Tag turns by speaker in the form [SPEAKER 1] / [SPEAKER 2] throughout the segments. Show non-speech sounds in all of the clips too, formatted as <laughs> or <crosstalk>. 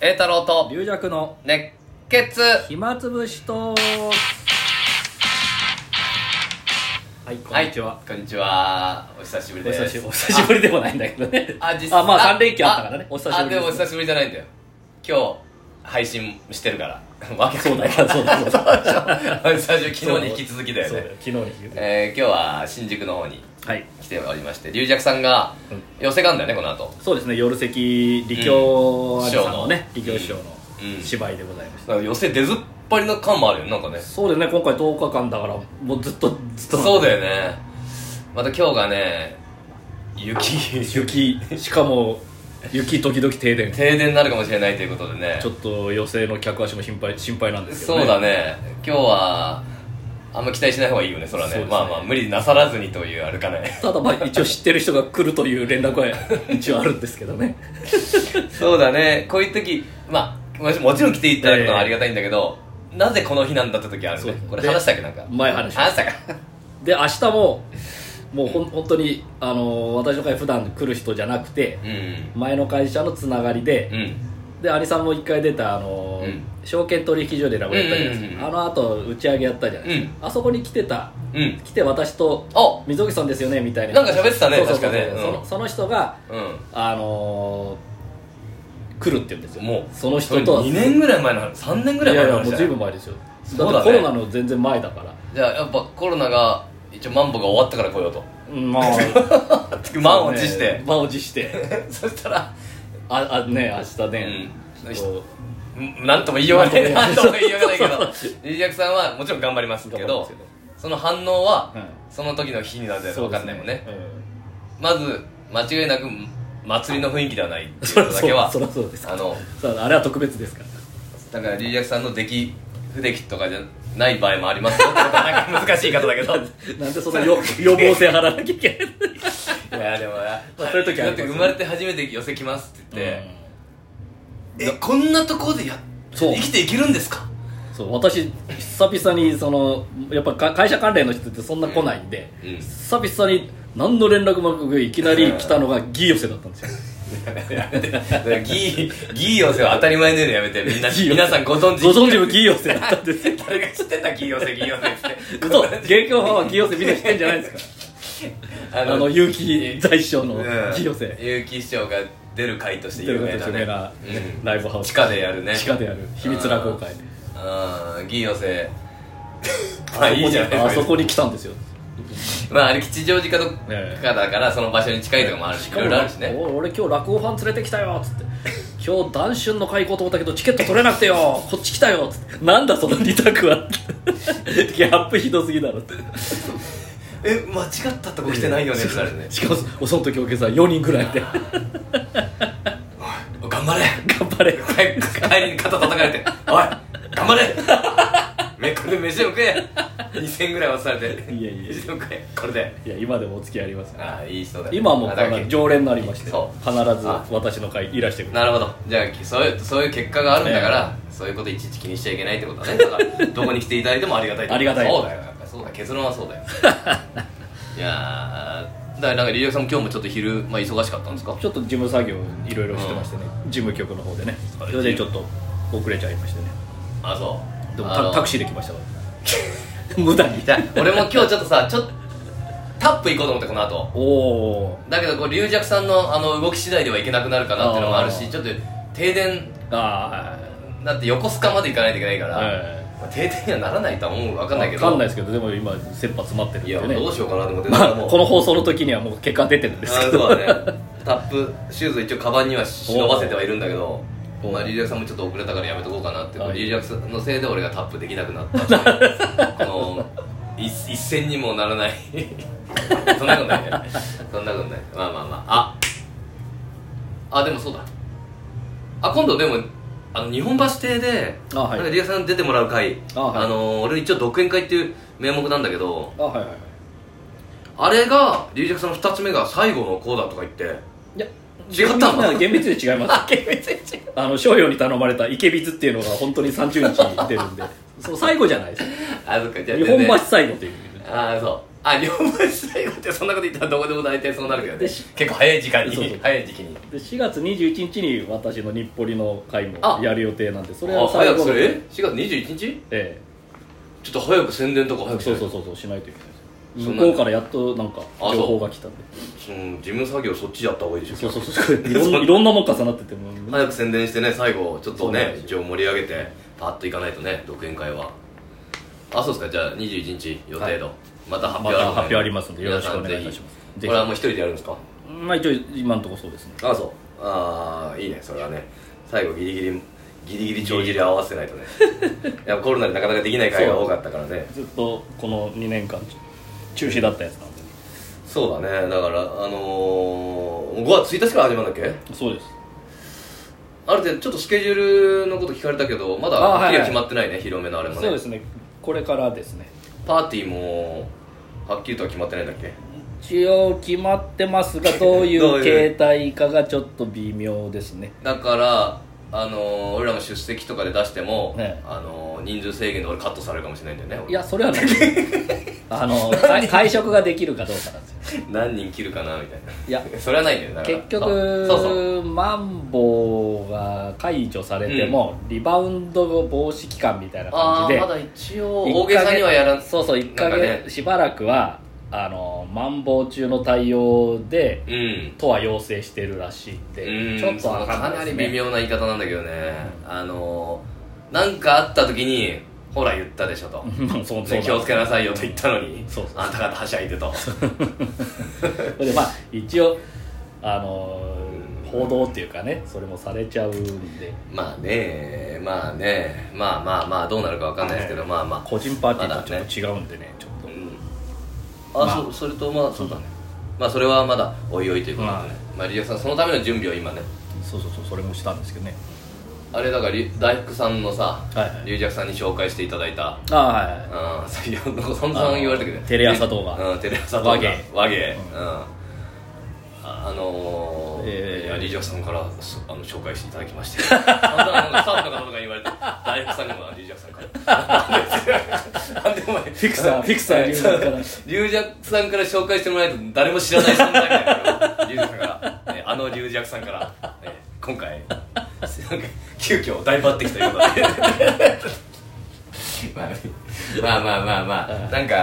[SPEAKER 1] 栄太郎と
[SPEAKER 2] 龍弱の
[SPEAKER 1] 熱血
[SPEAKER 2] 暇つぶしとはいこんにちは、
[SPEAKER 1] こんにちはお久しぶり
[SPEAKER 2] お
[SPEAKER 1] です
[SPEAKER 2] 久しお久しぶりでもないんだけどね
[SPEAKER 1] あ実
[SPEAKER 2] あまあ3連休あったからね
[SPEAKER 1] あ
[SPEAKER 2] お久しぶり
[SPEAKER 1] あでもお
[SPEAKER 2] です
[SPEAKER 1] 久しぶりじゃないんだよ今日配信してるからわけ
[SPEAKER 2] <laughs> そうだよそうだそうだ
[SPEAKER 1] 最初昨日に引き続きだよ
[SPEAKER 2] そう
[SPEAKER 1] ね
[SPEAKER 2] 昨日に引き続き
[SPEAKER 1] えー今日は新宿の方に
[SPEAKER 2] はい
[SPEAKER 1] 来ておりまして龍尺さんが
[SPEAKER 2] うん
[SPEAKER 1] 寄せがあんだよねこの後
[SPEAKER 2] そうですね夜席李強
[SPEAKER 1] うん
[SPEAKER 2] 兄さんのね
[SPEAKER 1] 師匠の
[SPEAKER 2] 李強師匠の
[SPEAKER 1] うん
[SPEAKER 2] 芝居でございました、
[SPEAKER 1] なんか寄せ出ずっぱりの感もあるよねなんかね
[SPEAKER 2] そうですね今回10日間だからもうずっとずっと
[SPEAKER 1] そう
[SPEAKER 2] よ
[SPEAKER 1] だよねまた今日がね雪
[SPEAKER 2] 雪しかも雪時々停電
[SPEAKER 1] 停電になるかもしれないということでね
[SPEAKER 2] ちょっと寄席の客足も心配心配なんですけど、
[SPEAKER 1] そ
[SPEAKER 2] ね、
[SPEAKER 1] うだね今日はあんま期待しない方がいいよねそれはね
[SPEAKER 2] そうですね
[SPEAKER 1] まあまあ無理なさらずにというあれかね
[SPEAKER 2] ただまあ一応知ってる人が来るという連絡は一応あるんですけどね
[SPEAKER 1] そうだねこういう時まあもちもちろん来ていただくのはありがたいんだけど、なぜこの日なんだって時あるね
[SPEAKER 2] そう
[SPEAKER 1] これ
[SPEAKER 2] で
[SPEAKER 1] 話したっけなんか
[SPEAKER 2] 前話しま
[SPEAKER 1] 話したか
[SPEAKER 2] で明日ももうほん本当にあのー私の会普段来る人じゃなくて
[SPEAKER 1] うん
[SPEAKER 2] 前の会社のつながりで、
[SPEAKER 1] うん
[SPEAKER 2] でアリさんも一回出たあのー、
[SPEAKER 1] うん
[SPEAKER 2] 証券取引所でラブやったじゃないですか、
[SPEAKER 1] うんうんうん
[SPEAKER 2] あのあと打ち上げやったじゃないですか、あそこに来てた
[SPEAKER 1] うん
[SPEAKER 2] 来て私と
[SPEAKER 1] あ
[SPEAKER 2] 溝口さんですよねみたいな
[SPEAKER 1] なんか喋ってたね
[SPEAKER 2] そうそうそう
[SPEAKER 1] 確かねうん
[SPEAKER 2] そのその人が
[SPEAKER 1] う
[SPEAKER 2] あのー来るって言うんですよ
[SPEAKER 1] んもう
[SPEAKER 2] その人とは
[SPEAKER 1] 2年ぐらい前の話3年ぐらい
[SPEAKER 2] いや
[SPEAKER 1] 前
[SPEAKER 2] い
[SPEAKER 1] の
[SPEAKER 2] や
[SPEAKER 1] 話
[SPEAKER 2] もう
[SPEAKER 1] だ
[SPEAKER 2] 随
[SPEAKER 1] よ
[SPEAKER 2] 分前ですよ
[SPEAKER 1] そうだね
[SPEAKER 2] だってコロナの全然前だから
[SPEAKER 1] じゃあやっぱコロナが一応マンボが終わったから来よう
[SPEAKER 2] <laughs>
[SPEAKER 1] と
[SPEAKER 2] うんま <laughs> あ
[SPEAKER 1] 満を持して
[SPEAKER 2] <laughs>
[SPEAKER 1] <laughs>
[SPEAKER 2] 満を持して
[SPEAKER 1] そしたら
[SPEAKER 2] ああね明日ね、
[SPEAKER 1] うん
[SPEAKER 2] ちょっ
[SPEAKER 1] んなんとも言いようがないな
[SPEAKER 2] なんん
[SPEAKER 1] と
[SPEAKER 2] と
[SPEAKER 1] も
[SPEAKER 2] も
[SPEAKER 1] 言いようがないけ
[SPEAKER 2] そう
[SPEAKER 1] どリジャクさんはもちろん頑張ります
[SPEAKER 2] と
[SPEAKER 1] け
[SPEAKER 2] 頑張りま
[SPEAKER 1] ど
[SPEAKER 2] すけど
[SPEAKER 1] その反応は、
[SPEAKER 2] うん
[SPEAKER 1] その時の日になぜ分かんないもんね
[SPEAKER 2] そうです
[SPEAKER 1] まず間違いなく祭りの雰囲気ではないっていう
[SPEAKER 2] う
[SPEAKER 1] こ
[SPEAKER 2] ん
[SPEAKER 1] とだけは
[SPEAKER 2] そりゃそうそりゃそうです
[SPEAKER 1] あの
[SPEAKER 2] そうあれは特別ですから
[SPEAKER 1] だからリジャクさんの出来不出来とかじゃない場合もあります
[SPEAKER 2] <laughs>
[SPEAKER 1] よってことはなんか難しい言い方だけど
[SPEAKER 2] なんでそのよ <laughs> 予防性張らなきゃいけない
[SPEAKER 1] いやでもな
[SPEAKER 2] まあそういう時
[SPEAKER 1] だっ
[SPEAKER 2] あります
[SPEAKER 1] て
[SPEAKER 2] よね
[SPEAKER 1] 生まれて初めて寄せ来ますって言って、えこんなとこでや
[SPEAKER 2] そう
[SPEAKER 1] 生きていけるんですか
[SPEAKER 2] うんそう私久々にそのやっぱか会社関連の人ってそんな来ないんで、
[SPEAKER 1] うん
[SPEAKER 2] 久々に何の連絡もなくいきなり来たのがギー寄せだったんですよ
[SPEAKER 1] <laughs> だからギー、 <laughs> ギー寄せは当たり前のようにやめて、みんな、
[SPEAKER 2] ギー寄せ
[SPEAKER 1] 皆さんご存知。
[SPEAKER 2] ご存知のギー寄せだったんですよ
[SPEAKER 1] <laughs> 誰が知ってたギー寄せ、ギー寄せって。
[SPEAKER 2] 嘘芸協派はギー寄せみんな知ってんじゃないですかあの結城在所のギー寄せ
[SPEAKER 1] 結城市長が出る回として
[SPEAKER 2] とい
[SPEAKER 1] 有
[SPEAKER 2] うこ
[SPEAKER 1] 名
[SPEAKER 2] と
[SPEAKER 1] な
[SPEAKER 2] で有名な
[SPEAKER 1] ね。うん
[SPEAKER 2] ライブハウス
[SPEAKER 1] 地下でやるね。
[SPEAKER 2] 地下でやる秘密落語会で
[SPEAKER 1] あーギー寄せ。まあいいじゃないですか。
[SPEAKER 2] あそこに来たんですよ
[SPEAKER 1] まあ、あれ吉祥寺かどっ
[SPEAKER 2] ええ
[SPEAKER 1] かだから、その場所に近いとかもあるし、いろいろあるしね。
[SPEAKER 2] お俺今日落語ファン連れてきたよっつって今日談春の会行こうと思ったけどチケット取れなくてよ
[SPEAKER 1] <laughs>
[SPEAKER 2] こっち来たよっつってなんだその二択はギャップひどすぎだろって
[SPEAKER 1] え、間違ったとこ来てないよね、ってなるね。
[SPEAKER 2] しかもその時お客さん4人ぐらいで
[SPEAKER 1] お頑張れ
[SPEAKER 2] 頑張れ
[SPEAKER 1] 帰りに肩叩かれて「おい頑張れめこれで飯でも食え2000円ぐらい渡されて
[SPEAKER 2] いやいや
[SPEAKER 1] 飯でも食えこれで
[SPEAKER 2] いや今でもお付き合いあります
[SPEAKER 1] ああいい人だ
[SPEAKER 2] 今はもう
[SPEAKER 1] あ
[SPEAKER 2] か
[SPEAKER 1] だ
[SPEAKER 2] な
[SPEAKER 1] から
[SPEAKER 2] り常連になりまして
[SPEAKER 1] そ
[SPEAKER 2] 必ず私の会いらしてくれる
[SPEAKER 1] なるほどじゃあそういうそういう結果があるんだから、そういうこといちいち気にしちゃいけないってことだ
[SPEAKER 2] <laughs>
[SPEAKER 1] ねだからどこに来ていただいてもありがたいってこと
[SPEAKER 2] ありがたい
[SPEAKER 1] そうだよやっぱそうだ結論はそう
[SPEAKER 2] <laughs>
[SPEAKER 1] だよいやーだからなんかリリアさんも今日もちょっと昼、まあ、忙しかったんですか
[SPEAKER 2] ちょっと事務作業いろいろしてましてね、事務局の方でね
[SPEAKER 1] は
[SPEAKER 2] そ
[SPEAKER 1] い
[SPEAKER 2] れでちょっと遅れちゃいましてね
[SPEAKER 1] あそう
[SPEAKER 2] でも
[SPEAKER 1] あ
[SPEAKER 2] タ
[SPEAKER 1] の
[SPEAKER 2] タクシーで来ましたから
[SPEAKER 1] <laughs>
[SPEAKER 2] 無駄に
[SPEAKER 1] じゃあ俺も今日ちょっとさちょっとタップ行こうと思ってこの後
[SPEAKER 2] お <laughs> お
[SPEAKER 1] だけどこう龍尺さんのあの動き次第ではいけなくなるかなっていうのもある
[SPEAKER 2] あ
[SPEAKER 1] し
[SPEAKER 2] ー
[SPEAKER 1] ちょっと停電
[SPEAKER 2] あ
[SPEAKER 1] だって横須賀まで行かないといけないから、
[SPEAKER 2] あはい
[SPEAKER 1] まあ停電にはならないとは思う分かんないけど
[SPEAKER 2] わかんないですけどでも今切羽詰まってるん
[SPEAKER 1] い
[SPEAKER 2] で
[SPEAKER 1] や
[SPEAKER 2] ね
[SPEAKER 1] どうしようかなと思って、
[SPEAKER 2] まあ
[SPEAKER 1] もう
[SPEAKER 2] この放送の時にはもう結果出てるんです
[SPEAKER 1] あ
[SPEAKER 2] けど
[SPEAKER 1] そうだねタップシューズ一応カバンには忍ばせてはいるんだけど
[SPEAKER 2] おう
[SPEAKER 1] まあ、龍尺さんもちょっと遅れたからやめとこうかなってこう
[SPEAKER 2] はい
[SPEAKER 1] 龍尺さんのせいで俺がタップできなくなったって
[SPEAKER 2] <laughs>
[SPEAKER 1] いうこの一一戦にもならない <laughs> そんなことないねそんなことないまあまあまあああでもそうだあ今度でもあの日本橋邸で
[SPEAKER 2] あはい
[SPEAKER 1] なんか龍尺さん出てもらう会
[SPEAKER 2] あはい
[SPEAKER 1] の俺一応独演会っていう名目なんだけど
[SPEAKER 2] <laughs> あはいはいはい
[SPEAKER 1] あれが龍尺さんの2つ目が最後のこうだとか言って
[SPEAKER 2] いや
[SPEAKER 1] 違ったの
[SPEAKER 2] いや厳密に違います厳密に違うあの商用に頼まれた池水っていうのが本当に30日出るんで <laughs> そう最後じゃないです
[SPEAKER 1] あそっかじゃあ
[SPEAKER 2] 日本橋最後という
[SPEAKER 1] ああそうあ日本橋最後ってそんなこと言ったらどこでも大体そうなるけどね
[SPEAKER 2] でし
[SPEAKER 1] 結構早い時間
[SPEAKER 2] そうそう
[SPEAKER 1] に早い時期に
[SPEAKER 2] で4月21日に私の日暮里の会も
[SPEAKER 1] あ
[SPEAKER 2] やる予定なんでそれ
[SPEAKER 1] あ
[SPEAKER 2] は
[SPEAKER 1] 早く
[SPEAKER 2] 後
[SPEAKER 1] そ
[SPEAKER 2] の
[SPEAKER 1] れえ
[SPEAKER 2] え
[SPEAKER 1] 4月21日
[SPEAKER 2] え
[SPEAKER 1] ちょっと早く宣伝とか早くし
[SPEAKER 2] そ
[SPEAKER 1] な
[SPEAKER 2] う
[SPEAKER 1] いと
[SPEAKER 2] そうそうそうしないといけないです
[SPEAKER 1] そ
[SPEAKER 2] よ
[SPEAKER 1] んな
[SPEAKER 2] 向こうからやっとなんか
[SPEAKER 1] あそう
[SPEAKER 2] 情報が来たんで
[SPEAKER 1] うん事務作業そっちやった方がいいでしょ
[SPEAKER 2] そうそう <laughs> そういろんいろんなもん重なっててもう
[SPEAKER 1] 早く宣伝してね最後ちょっ
[SPEAKER 2] そ
[SPEAKER 1] と
[SPEAKER 2] うなんで
[SPEAKER 1] ね
[SPEAKER 2] す
[SPEAKER 1] 一
[SPEAKER 2] よ
[SPEAKER 1] 応盛り上げてパッといかないとね独演会はあそうですかじゃあ21日予定と、
[SPEAKER 2] は
[SPEAKER 1] また発
[SPEAKER 2] ま
[SPEAKER 1] 表あるの
[SPEAKER 2] た
[SPEAKER 1] で
[SPEAKER 2] 発表ありますのでよろしくお願いいた
[SPEAKER 1] 皆
[SPEAKER 2] し
[SPEAKER 1] さん
[SPEAKER 2] ます
[SPEAKER 1] ぜひ
[SPEAKER 2] ぜ
[SPEAKER 1] これはもう一人でやるんですか
[SPEAKER 2] ひまあ一応今のところそうですね
[SPEAKER 1] あそうああいいねそれはね最後ギリギリギリギリ帳尻合わせ <laughs> ないとねいやコロナでなかなかできない会が多かったからね
[SPEAKER 2] ずっとこの2年間中止だったやつなんで
[SPEAKER 1] そうだねだからあのー、5月1日から始まるんだっけ
[SPEAKER 2] そうです
[SPEAKER 1] ある程度ちょっとスケジュールのこと聞かれたけどまだ
[SPEAKER 2] あはいはい
[SPEAKER 1] 日が決まってないね、広めのあれもね
[SPEAKER 2] そうですねこれからですね
[SPEAKER 1] パーティーもはっきりとは決まってないんだっけ
[SPEAKER 2] 一応決まってますがどう
[SPEAKER 1] <laughs>
[SPEAKER 2] い
[SPEAKER 1] どう
[SPEAKER 2] う
[SPEAKER 1] いう
[SPEAKER 2] 形態かがちょっと微妙ですね
[SPEAKER 1] だからあのー、俺らも出席とかで出しても、
[SPEAKER 2] ね
[SPEAKER 1] あのー、人数制限で俺カットされるかもしれないんだよね
[SPEAKER 2] いやそ
[SPEAKER 1] <laughs>
[SPEAKER 2] れはないあの会会食ができるかどうかなんですよ
[SPEAKER 1] 俺何人切るかなみたいない
[SPEAKER 2] や
[SPEAKER 1] それはないんだよだから
[SPEAKER 2] 結局
[SPEAKER 1] そうそうそう
[SPEAKER 2] マンボウが解除されても、リバウンド防止期間みたいな
[SPEAKER 1] あ
[SPEAKER 2] 感じで
[SPEAKER 1] あまだ一応
[SPEAKER 2] 一ヶ月
[SPEAKER 1] 大げさにはやらん
[SPEAKER 2] そうそう1
[SPEAKER 1] な
[SPEAKER 2] か
[SPEAKER 1] んかね
[SPEAKER 2] 月しばらくはあのマンボウ中の対応で
[SPEAKER 1] うん
[SPEAKER 2] 都は要請してるらしいんで、
[SPEAKER 1] うん
[SPEAKER 2] ちょっとわ
[SPEAKER 1] か
[SPEAKER 2] かんな
[SPEAKER 1] ないり
[SPEAKER 2] ですね
[SPEAKER 1] 微妙な言い方なんだけどねあのーなんかあった時にほら言ったでしょと、
[SPEAKER 2] <laughs> うんそうそう
[SPEAKER 1] ね、気をつけなさいよと言ったのに
[SPEAKER 2] そうそう
[SPEAKER 1] あんた方はしゃいでと
[SPEAKER 2] そ <laughs> れでまあ一応あの報道っていうかねそれもされちゃうんで
[SPEAKER 1] まあねまあねまあまあまあどうなるかわかんないですけど、まあまあ
[SPEAKER 2] 個人パーティーとはちょっと違うんでねちょっと
[SPEAKER 1] あ、
[SPEAKER 2] まあ
[SPEAKER 1] そうそれとまあそうだねまあそれはまだおいおいということで、ね
[SPEAKER 2] ま
[SPEAKER 1] まあリリアさんそのための準備を今ね
[SPEAKER 2] そうそうそうそれもしたんですけどね
[SPEAKER 1] あれだからリ大福さんのさ
[SPEAKER 2] はいはい
[SPEAKER 1] 龍尺、さんに紹介していただいた
[SPEAKER 2] ああはいはい
[SPEAKER 1] うんさんざん言われたけどね
[SPEAKER 2] テレ朝動画
[SPEAKER 1] うんテレ朝動画
[SPEAKER 2] 和芸
[SPEAKER 1] 和芸
[SPEAKER 2] う
[SPEAKER 1] うんああのー
[SPEAKER 2] ええ
[SPEAKER 1] いやリージャクさんからそあの紹介していただきまして散々なんかスタッフの方とかに言われて大福さんにもリージャクさんからなんでお前フ
[SPEAKER 2] ィクサーフィクサー龍尺から
[SPEAKER 1] 龍尺さんから紹介してもらえないと誰も知らない存在だよ龍尺さんから、ね、あの龍尺さんから、ね、今回 <laughs> なんか急遽大抜擢ということで <laughs> まあまあまあまあまあなんか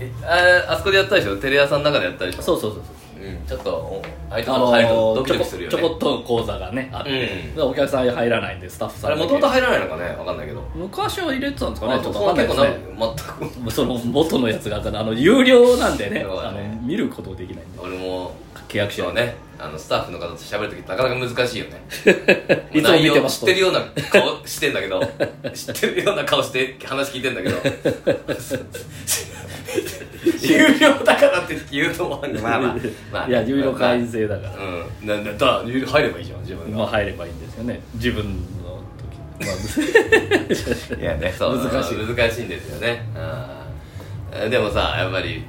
[SPEAKER 1] えああそこでやったでしょテレ朝の中でやったでしょ
[SPEAKER 2] そうそうそうそう
[SPEAKER 1] うんちょっとおあいつ
[SPEAKER 2] あ
[SPEAKER 1] も入ると
[SPEAKER 2] の
[SPEAKER 1] ド
[SPEAKER 2] ー
[SPEAKER 1] キ
[SPEAKER 2] ち
[SPEAKER 1] ド
[SPEAKER 2] ょこ
[SPEAKER 1] キするよ
[SPEAKER 2] ち
[SPEAKER 1] ね
[SPEAKER 2] ょこっと講座がねあって、
[SPEAKER 1] うん
[SPEAKER 2] でお客さん入らないんでスタッフさ
[SPEAKER 1] あ
[SPEAKER 2] ん
[SPEAKER 1] れ
[SPEAKER 2] だけ
[SPEAKER 1] もともと入らないのかねわかんないけど
[SPEAKER 2] 昔は入れてたんですか
[SPEAKER 1] あ
[SPEAKER 2] ねちょっと
[SPEAKER 1] そ
[SPEAKER 2] わ
[SPEAKER 1] う
[SPEAKER 2] かん
[SPEAKER 1] 結
[SPEAKER 2] ないで
[SPEAKER 1] 構
[SPEAKER 2] す
[SPEAKER 1] な
[SPEAKER 2] ね
[SPEAKER 1] 全く
[SPEAKER 2] その元のやつがあの有料なんでね
[SPEAKER 1] そうだ
[SPEAKER 2] あ
[SPEAKER 1] ね
[SPEAKER 2] の見ることできないんで
[SPEAKER 1] 俺も
[SPEAKER 2] 契約者
[SPEAKER 1] そう
[SPEAKER 2] は
[SPEAKER 1] ねあのスタッフの方と喋るときなかなか難しいよね
[SPEAKER 2] <laughs> いつも見てま
[SPEAKER 1] 内容知っ
[SPEAKER 2] す
[SPEAKER 1] てるような顔してんだけど知ってるような顔して話聞いてんだけ
[SPEAKER 2] <laughs>
[SPEAKER 1] ど <laughs> 有料だからって言うと思うんだけどまあまあまあ
[SPEAKER 2] <laughs> いや有料
[SPEAKER 1] 会
[SPEAKER 2] 会員制だから、
[SPEAKER 1] うんななだ有料入ればいいじゃん自分
[SPEAKER 2] まあ
[SPEAKER 1] が
[SPEAKER 2] 入ればいいんですよね自分の時、まあ、
[SPEAKER 1] <laughs> いやねそう
[SPEAKER 2] 難しい
[SPEAKER 1] 難しいんですよねうんでもさやっぱり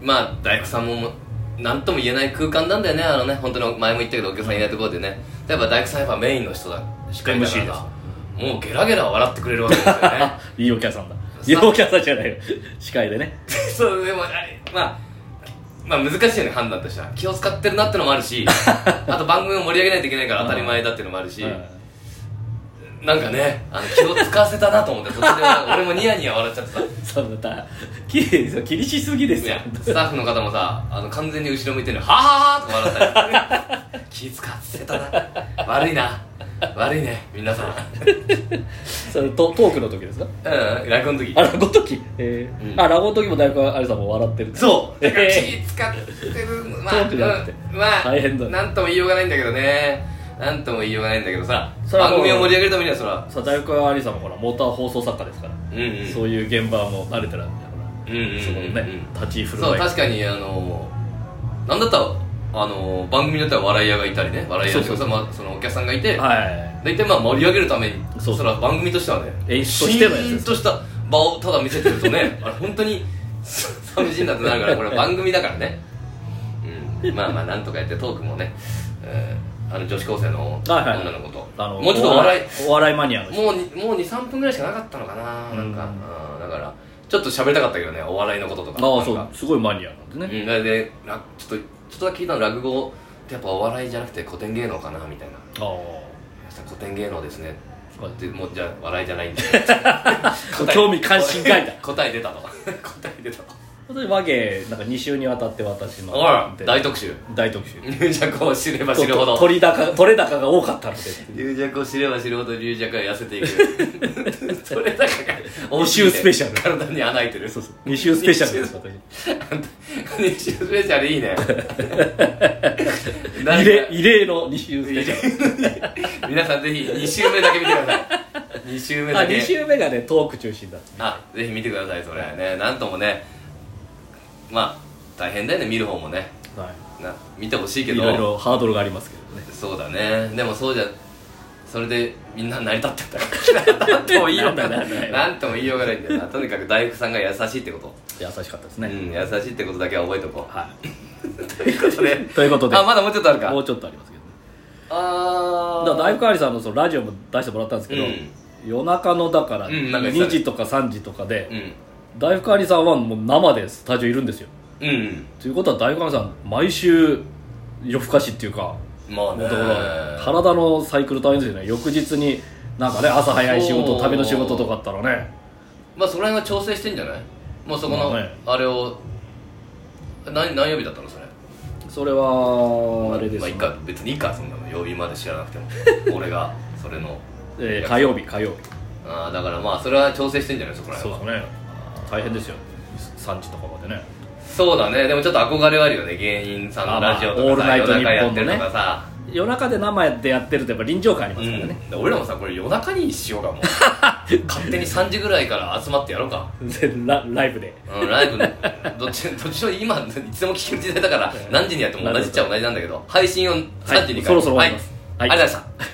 [SPEAKER 1] まあ大工さんもも何とも言えない空間なんだよねあのね本当に前も言ったけどお客さんいないところでね例えば大工さんやっぱメインの人だしっかりだから
[SPEAKER 2] MC で
[SPEAKER 1] さもうゲラゲラ笑ってくれるわけですよね
[SPEAKER 2] いいお客さんだいいお客さんじゃないよ司会でね
[SPEAKER 1] <laughs> そうでもあれまあまあ難しいよね判断としては気を使ってるなってのもある <laughs> しあと番組を盛り上げないといけないから当たり前だっていうのもあるし、
[SPEAKER 2] うん
[SPEAKER 1] なんかねあの気を使わせたなと思って途中で俺 <laughs> もニヤニヤ笑っちゃってた
[SPEAKER 2] そうまたき気にしすぎです
[SPEAKER 1] い
[SPEAKER 2] よ
[SPEAKER 1] やスタッフの方もさあの完全に後ろ向いてるのにはあはあはあとか笑った
[SPEAKER 2] <laughs>
[SPEAKER 1] り気使ってたな悪いな悪いね皆
[SPEAKER 2] <laughs>
[SPEAKER 1] さん
[SPEAKER 2] それトトークの時ですか
[SPEAKER 1] うん落語の時
[SPEAKER 2] あラゴの時、えー
[SPEAKER 1] うん
[SPEAKER 2] あラゴの時もだいぶありさんも笑ってる
[SPEAKER 1] そうだから
[SPEAKER 2] え
[SPEAKER 1] 気使ってるま
[SPEAKER 2] ト
[SPEAKER 1] あ
[SPEAKER 2] ークじゃなくて
[SPEAKER 1] うんまあ
[SPEAKER 2] 大変だ
[SPEAKER 1] なんとも言いようがないんだけどねなんとも言いようがないんだけどさ
[SPEAKER 2] それは
[SPEAKER 1] 番
[SPEAKER 2] もう
[SPEAKER 1] 組を盛り上げるためにはそら
[SPEAKER 2] ー、さあ大学ありさんもほらモーター放送作家ですから、
[SPEAKER 1] うんうん
[SPEAKER 2] そういう現場も慣れてるんでほら、
[SPEAKER 1] うんうんうんうん
[SPEAKER 2] そのね立ち居振る
[SPEAKER 1] そう
[SPEAKER 2] 舞い
[SPEAKER 1] 確かにあのなんだったらあの番組によっては笑い屋がいたりね笑い屋っていうか
[SPEAKER 2] そうそう
[SPEAKER 1] まあそのお客さんがいて、
[SPEAKER 2] はい
[SPEAKER 1] 大体まあ盛り上げるために
[SPEAKER 2] そ
[SPEAKER 1] そうら番組としてはね
[SPEAKER 2] 演出としてのやつです
[SPEAKER 1] シーンとした場をただ見せてるとねあれ本当に寂しいんだってなるからこれ番組だからね、うん、まあまあなんとかやってトークもね、えーあの女子高生の
[SPEAKER 2] はいはい
[SPEAKER 1] 女の子と、
[SPEAKER 2] あの
[SPEAKER 1] もうちょっとお笑
[SPEAKER 2] お笑いマニアの
[SPEAKER 1] い
[SPEAKER 2] 人
[SPEAKER 1] もうにもう23分ぐらいしかなかったのかななんか、
[SPEAKER 2] うん
[SPEAKER 1] あーだからちょっと喋りたかったけどねお笑いのこととか
[SPEAKER 2] ああそ
[SPEAKER 1] なん
[SPEAKER 2] う
[SPEAKER 1] か
[SPEAKER 2] すごいマニアなんでね、
[SPEAKER 1] うん、なんでらちょっとちょっとだけ聞いたの落語ってやっぱお笑いじゃなくて古典芸能かなみたいな
[SPEAKER 2] あ
[SPEAKER 1] 古典芸能ですね
[SPEAKER 2] あ
[SPEAKER 1] でもうじゃあ笑いじゃないんで
[SPEAKER 2] <laughs> 興味関心書いた
[SPEAKER 1] <laughs> 答え出たの答え出たの
[SPEAKER 2] 私和芸なんか2週にわたって私の
[SPEAKER 1] ほら
[SPEAKER 2] で
[SPEAKER 1] 大特集
[SPEAKER 2] 大特集
[SPEAKER 1] 龍尺を知れば知るほど
[SPEAKER 2] 取り高取れ高が多かったので
[SPEAKER 1] 龍尺を知れば知るほど龍尺は痩せてい
[SPEAKER 2] <laughs>
[SPEAKER 1] くそれだから
[SPEAKER 2] 二周スペシャル
[SPEAKER 1] 体に穴開いてる <laughs>
[SPEAKER 2] そうそう2週スペシャルです私
[SPEAKER 1] あんた二周スペシャルいい
[SPEAKER 2] <laughs>
[SPEAKER 1] ね
[SPEAKER 2] 異例異例の2週スペシャル
[SPEAKER 1] 皆さんぜひ2週目だけ見てください2週目
[SPEAKER 2] あ
[SPEAKER 1] だけ
[SPEAKER 2] 2週目がねトーク中心だった
[SPEAKER 1] あぜひ見てくださいそれねなんともねまあ大変だよね見る方もね
[SPEAKER 2] は
[SPEAKER 1] な見てほしい
[SPEAKER 2] い
[SPEAKER 1] け
[SPEAKER 2] い
[SPEAKER 1] ど
[SPEAKER 2] ろいろハードルがありますけどね
[SPEAKER 1] そうだねでもそうじゃそれでみんな成り立ってんだからなんとも言いようがな
[SPEAKER 2] なんだなんだ
[SPEAKER 1] い <laughs> なんとも言いようがないんだよなとにかく大福さんが優しいってこと、
[SPEAKER 2] 優しかったです
[SPEAKER 1] う
[SPEAKER 2] ね、
[SPEAKER 1] ん優しいってことだけは覚えとこう
[SPEAKER 2] はい
[SPEAKER 1] <laughs> ということで
[SPEAKER 2] ということで
[SPEAKER 1] あまだもうちょっとあるか
[SPEAKER 2] もうちょっとありますけどね
[SPEAKER 1] あ
[SPEAKER 2] だ
[SPEAKER 1] ー
[SPEAKER 2] から大福ありさんのそのラジオも出してもらったんですけど、
[SPEAKER 1] うん
[SPEAKER 2] 夜中のだから
[SPEAKER 1] うんなんか言ってた
[SPEAKER 2] 2
[SPEAKER 1] ね
[SPEAKER 2] 時とか3時とかで、
[SPEAKER 1] うん
[SPEAKER 2] 大福ありさんはもう生でスタジオいるんですよ
[SPEAKER 1] うん
[SPEAKER 2] ということは大福ありさん毎週夜更かしっていうか
[SPEAKER 1] まあ
[SPEAKER 2] もう
[SPEAKER 1] ね
[SPEAKER 2] だから体のサイクル大変ですよね翌日になんかね朝早い仕
[SPEAKER 1] そう
[SPEAKER 2] 事旅の仕事とかあったらね
[SPEAKER 1] まあそこら辺は調整してんじゃないもうそこの
[SPEAKER 2] まあね
[SPEAKER 1] あれを何何曜日だったのそれ
[SPEAKER 2] それはあれです
[SPEAKER 1] まあい
[SPEAKER 2] ね
[SPEAKER 1] いか別にいいかそんなの曜日まで知らなくても <laughs> 俺がそれの
[SPEAKER 2] えー火曜日火曜日
[SPEAKER 1] あーだからまあそれは調整してんじゃないそこら
[SPEAKER 2] そう
[SPEAKER 1] 辺は
[SPEAKER 2] だね大変ですよ3時とかまでね
[SPEAKER 1] そうだねでもちょっと憧れはあるよね芸人さんのラジオ
[SPEAKER 2] あまあ
[SPEAKER 1] と
[SPEAKER 2] オール
[SPEAKER 1] かさ
[SPEAKER 2] ナイト
[SPEAKER 1] 夜
[SPEAKER 2] ニッポン
[SPEAKER 1] 中
[SPEAKER 2] のね
[SPEAKER 1] やってるとかさ
[SPEAKER 2] 夜中で生でやってるとやっぱ臨場感あり
[SPEAKER 1] う
[SPEAKER 2] ますからね、
[SPEAKER 1] んで俺らもさこれ夜中にしようかもう
[SPEAKER 2] <laughs>
[SPEAKER 1] 勝手に3時ぐらいから集まってやろうか
[SPEAKER 2] で <laughs> ラライブで
[SPEAKER 1] うんライブどっちどっちも今いつでも聞ける時代だから何時にやっても同じっちゃ同じなんだけど配信を3時に
[SPEAKER 2] はいそろそろ終わります
[SPEAKER 1] はいありがとうございました